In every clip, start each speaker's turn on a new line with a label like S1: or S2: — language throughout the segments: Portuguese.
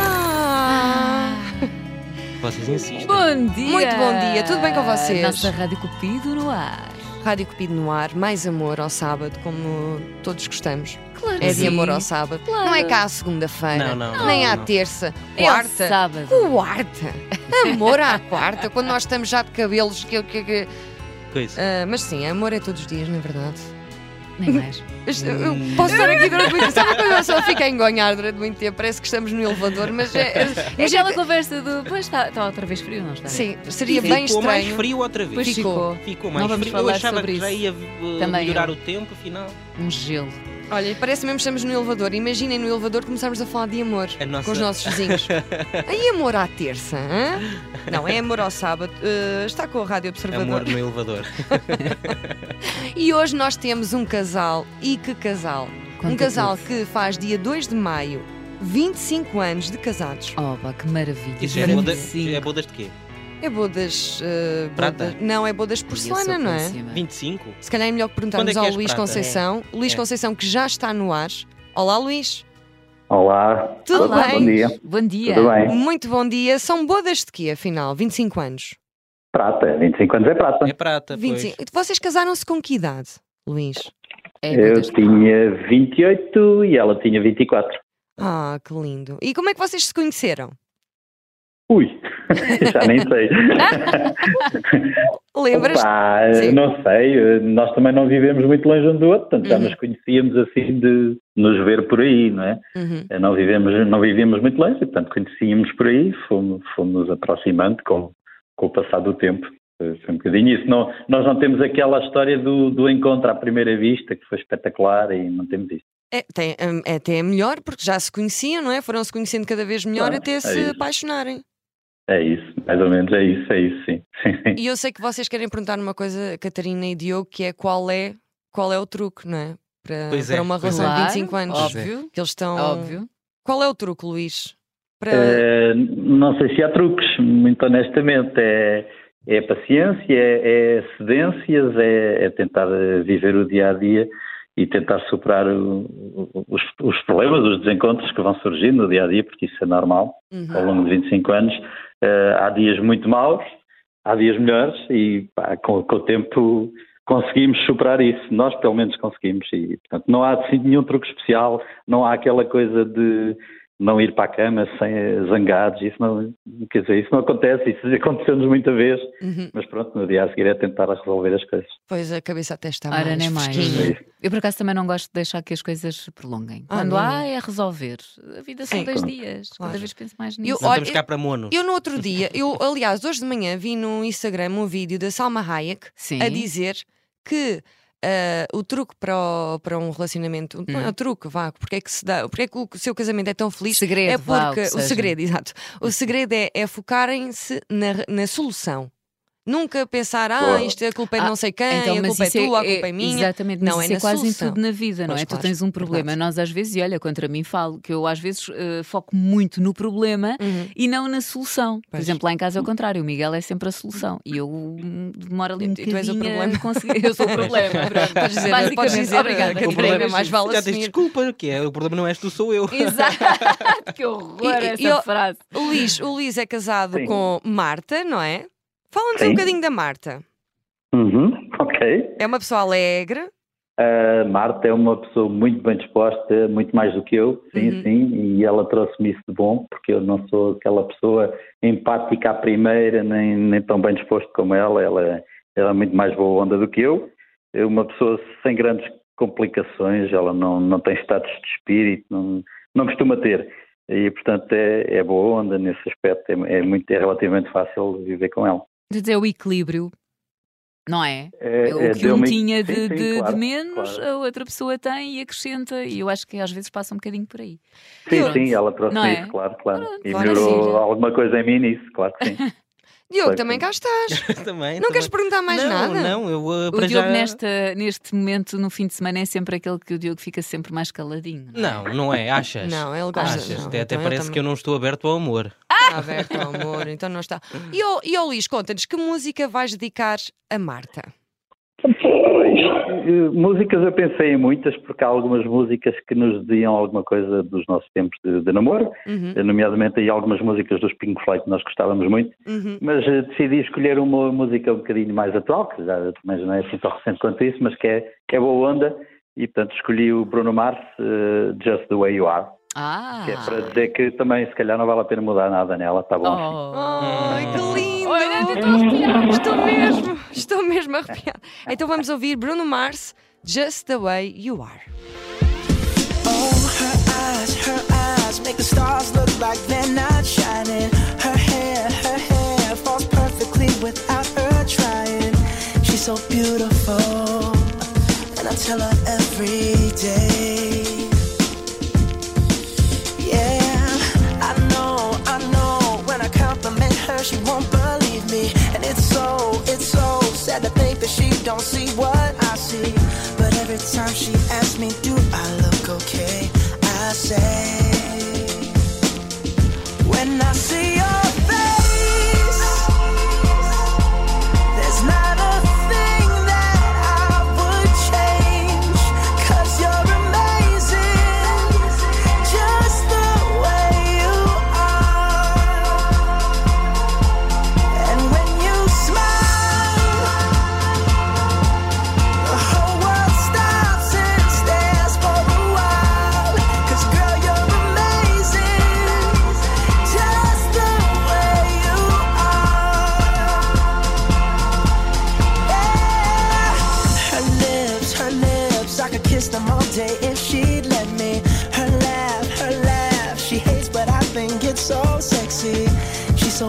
S1: Ah!
S2: mas insista.
S1: Bom dia!
S3: Muito bom dia, tudo bem com vocês?
S1: Nossa Rádio Cupido no ar.
S3: Rádio Cupido no ar, mais amor ao sábado, como todos gostamos.
S1: Claro
S3: É
S1: que sim.
S3: de amor ao sábado.
S1: Claro.
S3: Não é cá à segunda-feira,
S2: Não, não,
S3: nem
S2: não,
S3: à
S2: não.
S3: terça,
S1: É ao
S3: quarta. Uh.
S1: sábado.
S3: Quarta! Amor à quarta, quando nós estamos já de cabelos. Que, que- que-
S2: Coisa.
S3: Ah, mas sim, amor é todos os dias, na verdade.
S1: Nem mais.
S3: Mas Eu
S2: Hum.
S3: eu posso estar aqui durante muito tempo. Sabe quando eu só fico a engonhar durante muito tempo? Parece que estamos no elevador, mas é. é-
S1: É aquela conversa do. Pois está, está outra vez frio, não está?
S3: Sim, seria
S2: Ficou
S3: bem
S2: mais
S3: estranho.
S2: frio outra vez.
S1: Pois ficou.
S2: Ficou
S1: Não
S2: mais
S1: vamos
S2: frio. Eu
S1: falar
S2: achava
S1: sobre
S2: que já
S1: isso.
S2: ia uh,
S1: Também
S2: melhorar
S1: eu.
S2: o tempo, afinal. é
S1: Um gelo.
S3: Olha, parece mesmo que estamos no elevador. Imaginem no elevador começarmos a falar de amor
S2: A nossa-
S3: com os nossos vizinhos. Aí amor à terça, hã? Não, é amor ao sábado. Uh, está com a Rádio Observador.
S2: Amor no elevador.
S3: E hoje nós temos um casal. E que casal? um
S1: Conta
S3: casal
S1: tudo.
S3: que faz dia 2 de maio 25 anos de casados.
S1: Opa, que maravilha.
S2: Isso é bodas,
S1: Sim.
S2: é bodas de quê?
S3: É bodas. uh,
S2: Prata?
S3: bodas- não, é bodas
S1: Eu sou
S3: porcelana, não é?
S1: péssima.
S2: 25?
S3: Se calhar é melhor que perguntarmos
S2: Quando é que
S3: ao
S2: és
S3: Luís
S2: prata?
S3: Conceição. Luís
S2: É.
S3: Conceição, que já está no ar. Olá, Luís.
S4: Olá,
S3: Tudo
S4: Olá,
S3: bem?
S4: bom dia.
S1: Bom dia.
S4: Tudo bem?
S3: Muito bom dia. São bodas de quê, afinal? 25 anos.
S4: Prata, 25 anos é prata.
S2: É prata, pois.
S3: 25. Vocês casaram-se com que idade, Luís?
S1: É,
S4: Eu
S1: muitas-
S4: tinha 28 e ela tinha 24.
S3: Ah, que lindo. E como é que vocês se conheceram?
S4: Ui, já nem sei.
S3: Lembras?
S4: Opa,
S3: Sim.
S4: não sei, nós também não vivemos muito longe um do outro, portanto já
S3: Uhum.
S4: nos conhecíamos assim de nos ver por aí, não é?
S3: Uhum.
S4: Não vivemos, não vivíamos muito longe, portanto conhecíamos por aí, fomos, fomos aproximando com, com o passar do tempo. Foi foi um bocadinho isso. Não, nós não temos aquela história do, do encontro à primeira vista, que foi espetacular, e não temos isso.
S3: É, tem- é até melhor, porque já se conheciam, não é? Foram se conhecendo cada vez melhor
S4: Ah,
S3: até
S4: é
S3: se
S4: isso.
S3: apaixonarem.
S4: É isso, mais ou menos é isso, é isso, sim.
S3: E eu sei que vocês querem perguntar uma coisa, Catarina e Diogo, que é qual é, qual é o truque, não é? Para,
S2: Pois é,
S3: para uma
S2: pois
S3: relação
S1: Claro,
S3: de 25 anos.
S1: Óbvio.
S3: Que eles estão.
S1: Óbvio.
S3: Qual é o truque, Luís? Para...
S4: Eh, não sei se há truques, muito honestamente. É, é paciência, é, é cedências, é, é tentar eh, viver o dia a dia e tentar superar o- o- os, os problemas, os desencontros que vão surgindo no dia a dia, porque isso é normal
S3: Uhum.
S4: ao longo de 25 anos. Eh, há dias muito maus, há dias melhores e pá, com, com o tempo conseguimos superar isso. Nós, pelo menos, conseguimos. E, portanto, não há assim, nenhum truque especial, não há aquela coisa de não ir para a cama sem eh, zangados. Isso não, quer dizer, isso não acontece, isso aconteceu-nos muita vez.
S3: Uhum.
S4: Mas pronto, no dia a seguir é tentar resolver as coisas.
S3: Pois a cabeça até está
S1: Ora,
S3: mais
S1: nem mais.
S3: fresquinha.
S4: É isso.
S1: Eu, por acaso, também não gosto de deixar que as coisas se prolonguem.
S3: Ah,
S1: Quando
S3: não,
S1: há,
S3: não.
S1: é resolver. A vida são
S3: Sim.
S1: dois
S4: Claro.
S1: dias. Cada
S3: Claro.
S1: vez penso mais
S3: Eu-
S1: nisso.
S2: Não
S3: Olha,
S2: estamos cá para monos.
S3: Eu no outro dia, eu aliás, hoje de manhã vi no Instagram um vídeo da Salma Hayek
S1: Sim.
S3: a dizer que ah, o truque para, o- para um relacionamento, não
S1: Hum.
S3: é o truque, vá, porque é que se dá, porque é que o seu casamento é tão feliz?
S1: Segredo,
S3: é
S1: vá, o
S3: porque
S1: que
S3: o
S1: seja.
S3: segredo, exato. O segredo é, é focarem-se na, na solução. Nunca pensar, ah,
S4: Boa.
S3: isto é culpa de
S1: Ah,
S3: não sei quem,
S1: Então,
S3: a
S1: mas
S3: culpa é
S1: isso
S3: tua, a culpa é minha.
S1: Exatamente, mas
S3: Não, é
S1: isso é,
S3: na
S1: quase
S3: solução.
S1: em tudo na vida, não
S3: Pois,
S1: é?
S3: claro,
S1: Tu tens um problema.
S3: verdade.
S1: Nós às vezes, e olha, contra mim falo, que eu às vezes eh, foco muito no problema
S3: Uhum.
S1: e não na solução. Por
S3: Pois.
S1: exemplo, lá em casa é o contrário, o Miguel é sempre a solução e eu hum, demoro ali um
S3: E tu
S1: bocadinho
S3: és o
S1: a
S3: problema.
S1: conseguir. Eu sou o problema. pronto.
S3: Podes dizer,
S1: Basicamente,
S3: podes dizer, eh,
S1: obrigada, é
S3: Catarina,
S1: Catarina.
S3: mais vale
S2: Já tens
S3: assumir.
S2: desculpa, que é, o problema não és tu, sou eu.
S1: Exato, que horror
S3: E- e-
S1: essa
S3: eu-
S1: frase.
S3: O Luís, o Luís é casado
S4: Sim.
S3: com Marta, não é? Fala-nos um
S4: Sim.
S3: bocadinho da Marta.
S4: Uhum, ok.
S3: É uma pessoa alegre.
S4: A Marta é uma pessoa muito bem disposta, muito mais do que eu, sim,
S3: Uhum.
S4: sim, e ela trouxe-me isso de bom, porque eu não sou aquela pessoa empática à primeira, nem, nem tão bem disposto como ela, ela, ela é muito mais boa onda do que eu, é uma pessoa sem grandes complicações, ela não, não tem estados de espírito, não, não costuma ter, e portanto é, é boa onda nesse aspecto, é, é muito, é relativamente fácil viver com ela.
S3: é
S1: Quer dizer, o equilíbrio, não é?
S4: É,
S1: o
S4: é,
S1: que um
S4: deu-me-
S1: tinha de,
S4: sim, sim,
S1: de- de
S4: claro,
S1: menos,
S4: claro.
S1: a outra pessoa tem e acrescenta, e eu acho que às vezes passa um bocadinho por aí.
S4: Sim,
S1: Pronto.
S4: sim, ela trouxe
S1: Não é?
S4: isso, claro, claro. e
S3: Pronto,
S4: melhorou
S3: sim, já.
S4: alguma coisa em mim nisso, claro que sim.
S3: Diogo,
S4: Sei
S3: também
S4: que-
S3: cá estás.
S2: também.
S3: Não
S2: também.
S3: queres perguntar mais
S2: não,
S3: nada?
S2: Não, eu uh,
S1: O
S2: para
S1: Diogo,
S2: já...
S1: nesta, neste momento, no fim de semana, é sempre aquele que o Diogo fica sempre mais caladinho. é?
S2: Não, não é, achas?
S3: Não, ele gosta.
S2: Achas,
S3: não,
S2: até, até
S3: então
S2: parece que eu não estou aberto ao amor.
S3: também- Está aberto ao amor, então não oh, está. E, ó- e ó Luís, conta-nos que música vais dedicar a Marta?
S4: Pois, Eh, Músicas eu pensei em muitas, porque há algumas músicas que nos diziam alguma coisa dos nossos tempos de, de namoro,
S3: Uhum,
S4: eh, nomeadamente aí algumas músicas dos Pink Floyd que nós gostávamos muito,
S3: uhum.
S4: mas eh, decidi escolher uma música um bocadinho mais atual, que já também não é assim tão recente quanto isso, mas que é, que é boa onda, e portanto escolhi o Bruno Mars, eh, Just the Way You Are,
S1: Ah!
S4: que é para dizer que também se calhar não vale a pena mudar nada nela, está bom? assim.
S1: Oh.
S3: Ai, que
S2: Hum.
S3: lindo!
S1: Olha, até estou a arrepiar.
S3: Estou mesmo, estou mesmo arrepiada. Então vamos ouvir Bruno Mars, Just the Way You Are.
S5: Oh, her eyes, her eyes make the stars look like they're not shining. Her hair, her hair falls perfectly without her trying. She's so beautiful, and I tell her every day. Yeah, I know, I know. When I compliment her, she won't believe me. And it's so, it's so sad to think that she don't see what I see. But every time she asks me, do I look okay? I say, when I see your face, there's not a thing that I would change. you you're amazing, just the way you are. And when you smile, the whole world stops and stares for a while. 'Cause girl, you're amazing, just the way you are. Her lips, her lips, I could kiss them all day if she'd let me. Her laugh, her laugh, she hates, but I think it's so sexy. She's so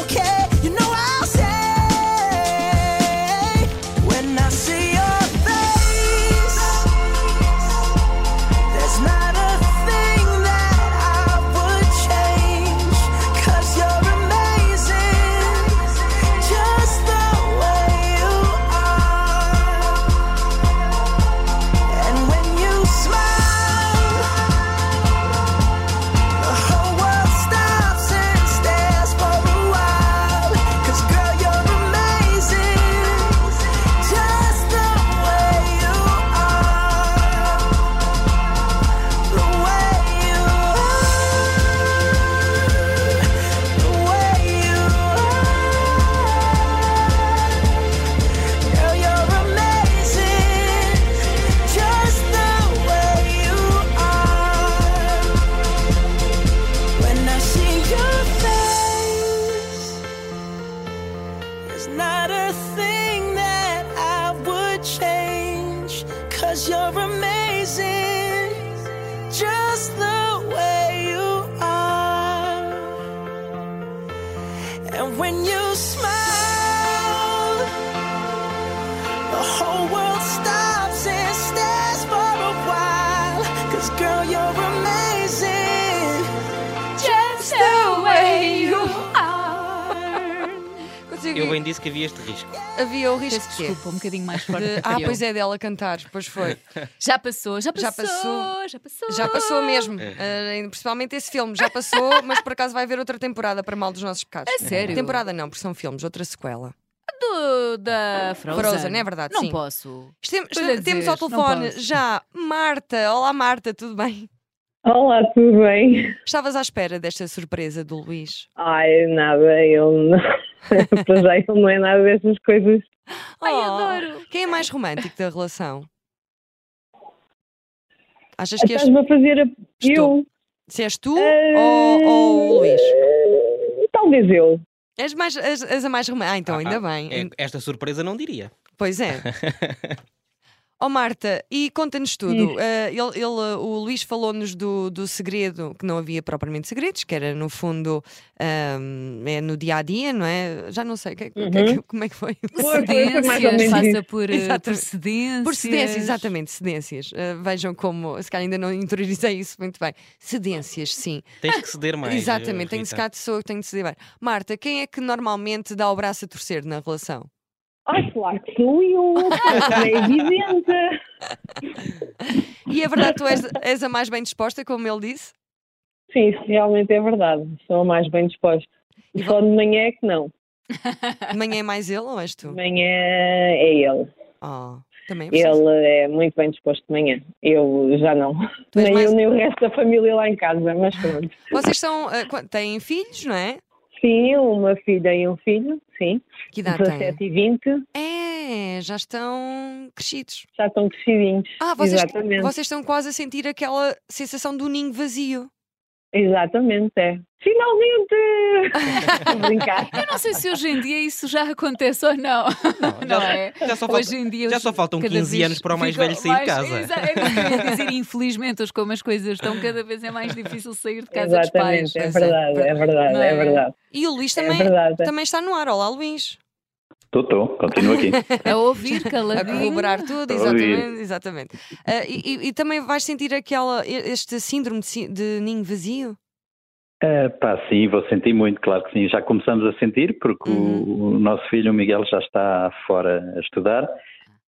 S5: okay. You know I'll say when I see your face. There's not a thing that I would change. you you're amazing, just the way you are. And when you smile, the whole world stops and stares for a while. 'Cause girl, you're amazing, just the way you are. The way you are, the way you are, girl, you're amazing, just the way you are. When I see your face, there's not a thing that I would change, 'cause you're amazing just the way you are. And when you smile, the whole world stops and stares for a while. Cause, girl, you're amazing.
S3: Oh.
S5: Just the way you are.
S3: Consigo-
S2: Eu bem disse que havia este risco.
S3: Havia o risco
S1: Peço
S3: de quê?
S1: desculpa, um bocadinho mais forte.
S3: De-
S1: do que
S3: Ah,
S1: eu.
S3: pois é, dela cantar, pois foi.
S1: Já passou, já passou.
S3: Já passou.
S1: já passou.
S3: Já passou mesmo, eh, principalmente esse filme, já passou, mas por acaso vai haver outra temporada para mal dos nossos pecados.
S1: A sério?
S3: Temporada não, porque são filmes, outra sequela.
S1: Do- da Frozen.
S3: Frozen, é verdade,
S1: Não
S3: sim.
S1: posso.
S3: Estem-
S1: Estou-lhe
S3: este-
S1: a
S3: temos
S1: dizer,
S3: ao
S1: não
S3: telefone
S1: posso.
S3: já Marta. Olá, Marta, tudo bem?
S6: Olá, tudo bem?
S3: Estavas à espera desta surpresa do Luís?
S6: Ai, nada, ele não. Para já ele não é nada dessas coisas.
S1: Ai,
S3: Oh,
S1: adoro.
S3: Quem é mais romântico da relação? Achas que és,
S1: Então,
S6: Estás-me a fazer a...
S3: Estou.
S6: eu.
S3: se és tu
S1: eh,
S3: ou, ou o Luís?
S6: Eh, Talvez eu.
S3: És, mais, és, és a mais romântica. Ah, então
S2: Ah,
S3: ainda
S2: ah,
S3: bem.
S2: É, Esta surpresa não diria.
S3: Pois é. Ó Marta, e conta-nos
S6: Hum.
S3: tudo. Eh, ele, ele, o Luís falou-nos do, do segredo, que não havia propriamente segredos, que era no fundo ahm, é no dia a dia, não é? Já não sei o que é que- o que é
S6: Uhum.
S3: que- como é que foi.
S6: Pois, foi mais ou menos
S1: Cedências, passa
S6: isso.
S1: por eh,
S3: Exatamente.
S1: precedências.
S3: Por cedências, exatamente, cedências. Eh, vejam como, se calhar ainda não interiorizei isso muito bem. Cedências, sim.
S2: Tens que ceder mais.
S3: Exatamente, tenho
S2: eh, Rita.
S3: que se cá de sou, tenho que se bem. Marta, quem é que normalmente dá o braço a torcer na relação?
S6: Ai, claro que sou eu, como é evidente.
S3: E é verdade, tu és, és a mais bem disposta, como ele disse?
S6: Sim, isso realmente é verdade. Sou a mais bem disposta. E só de manhã é que não.
S3: De manhã é mais ele ou és
S6: De
S3: tu?
S6: manhã é ele.
S3: Oh, também é preciso.
S6: Ele é muito bem disposto de manhã. Eu já não.
S3: Tu és
S6: nem
S3: mais-
S6: eu, nem o resto da família lá em casa, mas pronto.
S3: Vocês são, ah, quan- têm filhos, não é?
S6: Sim, uma filha e um filho, sim.
S3: Que idade têm?
S6: 17 e 20,
S3: É, já estão crescidos.
S6: já estão crescidinhos.
S3: Ah, vocês,
S6: Exatamente.
S3: vocês estão quase a sentir aquela sensação do ninho vazio.
S6: Exatamente, é. Finalmente! Estou a brincar.
S1: Eu não sei se hoje em dia isso já acontece ou não.
S2: Não,
S1: Não
S2: já,
S1: é?
S2: já só falta-
S1: Hoje em dia
S2: já
S1: os-
S2: só faltam
S1: cada
S2: 15
S1: vez
S2: anos para o mais
S1: ficam
S2: velho sair de casa.
S1: Exa- é isso que eu ia dizer, infelizmente, hoje como as coisas estão, cada vez é mais difícil sair de casa dos pais.
S6: Exatamente, é
S3: pois é,
S6: verdade, é verdade,
S1: não
S6: é
S1: é?
S6: verdade.
S3: E o Luís
S6: É
S3: também,
S6: verdade.
S3: também está no ar. Olá, Luís.
S4: Estou, estou, continuo aqui.
S1: A ouvir,
S3: a
S1: caladinho.
S3: corroborar tudo,
S4: Estou a ouvir.
S3: exatamente. exatamente. Ah, e, e- e também vais sentir aquela, este síndrome de, si- de ninho vazio?
S4: É, pá, sim, vou sentir muito, claro que sim. Já começamos a sentir, porque o-
S3: Uhum.
S4: o, nosso filho, o Miguel, já está fora a estudar,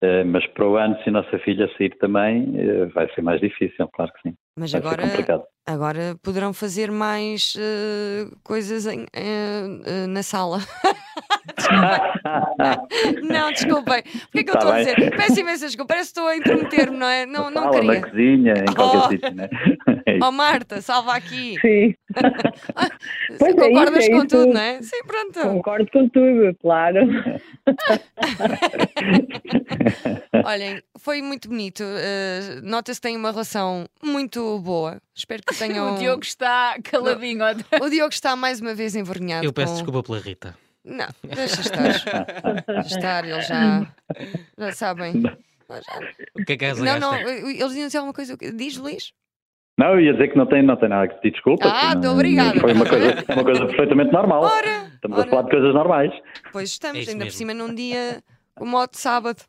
S4: eh, mas para o ano, se a nossa filha sair também, eh, vai ser mais difícil, claro que sim.
S3: Mas
S4: Vai ser
S3: agora,
S4: complicado.
S3: agora poderão fazer mais eh, coisas em- eh, eh, na sala. Não, desculpem. Porquê que eu
S4: Tá
S3: estou a
S4: bem.
S3: dizer? Peço imensa desculpa, parece que estou a intrometer-me, não é? Não,
S4: Na
S3: não
S4: sala, na
S3: queria.
S4: cozinha, em qualquer
S3: Oh.
S4: sítio, né? É isso.
S3: Oh Marta, salva aqui.
S6: Sim, Pois é,
S3: Concordas
S6: isso, é
S3: com
S6: isso.
S3: tudo, não é? Sim, pronto.
S6: concordo com tudo, claro.
S3: Olhem, foi muito bonito. eh, Nota-se que têm uma relação muito boa. Espero que tenham.
S1: O Diogo está caladinho. outra
S3: O Diogo está mais uma vez envergonhado.
S2: Eu peço
S3: com-
S2: desculpa pela Rita.
S3: Não, deixa estar. deixa estar, eles já, já sabem.
S2: O que é que és
S3: Não, não, eles iam dizer alguma coisa. Diz, Luís?
S4: Não, eu ia dizer que não tem, não tem nada que pedir desculpa.
S3: Ah,
S4: que
S3: muito
S4: não-
S3: obrigada.
S4: Foi uma coisa, uma coisa perfeitamente normal.
S3: Ora!
S4: Estamos
S3: ora.
S4: a falar de coisas normais.
S3: Pois estamos,
S2: É isso
S3: ainda por
S2: mesmo.
S3: cima num dia como o de sábado.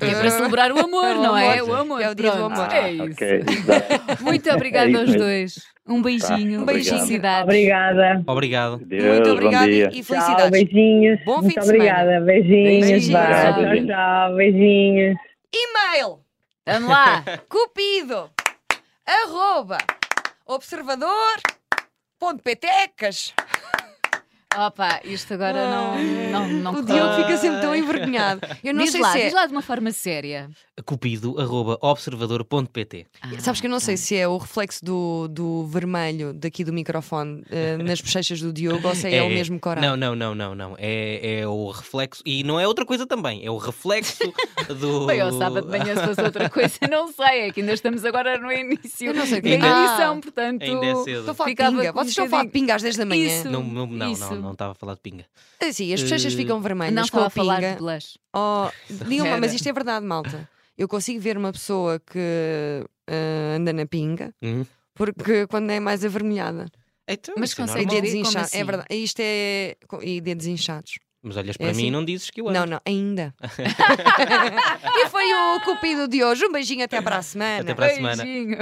S1: É para celebrar o amor,
S3: É o
S1: não é?
S3: amor.
S1: O amor. É
S3: É o dia do
S1: pronto.
S3: amor.
S1: É
S4: Ah,
S1: isso.
S4: ok, exato.
S1: Muito obrigada
S4: isso
S1: aos
S4: mesmo.
S1: dois. Um beijinho.
S3: Um beijinho.
S1: Felicidades.
S6: Obrigada.
S2: Obrigado.
S4: Deus,
S3: muito
S4: bom
S3: obrigada
S4: dia.
S3: e
S6: Tchau,
S3: felicidades.
S6: beijinhos.
S3: Bom fim
S6: Muito
S3: de semana.
S6: obrigada. Beijinhos,
S3: Beijinhos.
S6: vá. Tchau,
S4: Beijinhos.
S6: tchau. Beijinhos.
S3: E-mail!
S1: Vamos lá.
S3: cupido arroba observador.ptecas
S1: Opa, isto agora não, não, não
S3: O
S1: corre.
S3: Diogo fica sempre tão envergonhado. Eu não
S1: diz
S3: sei
S1: lá,
S3: se é.
S1: diz lá de uma forma séria.
S2: Cupido, arroba, observador.pt.
S3: Sabes que eu não sei se é o reflexo do, do vermelho daqui do microfone eh, nas bochechas do Diogo ou se é, ele mesmo corado.
S2: Não, não, não, não, não. É, é o reflexo. E não é outra coisa também. É o reflexo do.
S1: Bem, ao sábado de manhã se fosse outra coisa, não sei. É que ainda estamos agora no início
S3: Eu não sei o que
S1: da
S3: é.
S1: edição,
S3: Ah.
S1: portanto.
S2: Ainda é
S3: Estou a
S2: cedo.
S3: falar de
S1: Ficava
S3: pinga.
S1: com um
S3: Vocês estão a falar de
S1: bocadinho-
S3: pinga às 10 da manhã.
S1: Isso.
S2: Não, não, não,
S1: Isso.
S2: não, não estava a falar de pinga.
S3: Assim, as bochechas
S2: Eh,
S3: ficam vermelhas
S1: não
S3: com
S1: estava
S3: a
S1: a falar
S3: pinga.
S1: de blush.
S3: Oh, digam-me,
S1: Era.
S3: mas isto é verdade, malta. Eu consigo ver uma pessoa que eh, anda na pinga
S2: Hum?
S3: porque quando é mais avermelhada.
S2: Então,
S1: Mas
S2: isso é
S1: consegue
S3: E
S1: Normal.
S2: normal.
S3: dedos
S1: Como
S3: inchados.
S1: assim?
S3: É verdade. Isto é. co- E dedos inchados.
S2: Mas olhas para
S3: É
S2: mim
S3: assim.
S2: e não dizes que eu ando.
S3: Não, não, ainda. e foi o Cupido de hoje. Um beijinho até para a semana.
S2: Até para a semana.
S1: Beijinho.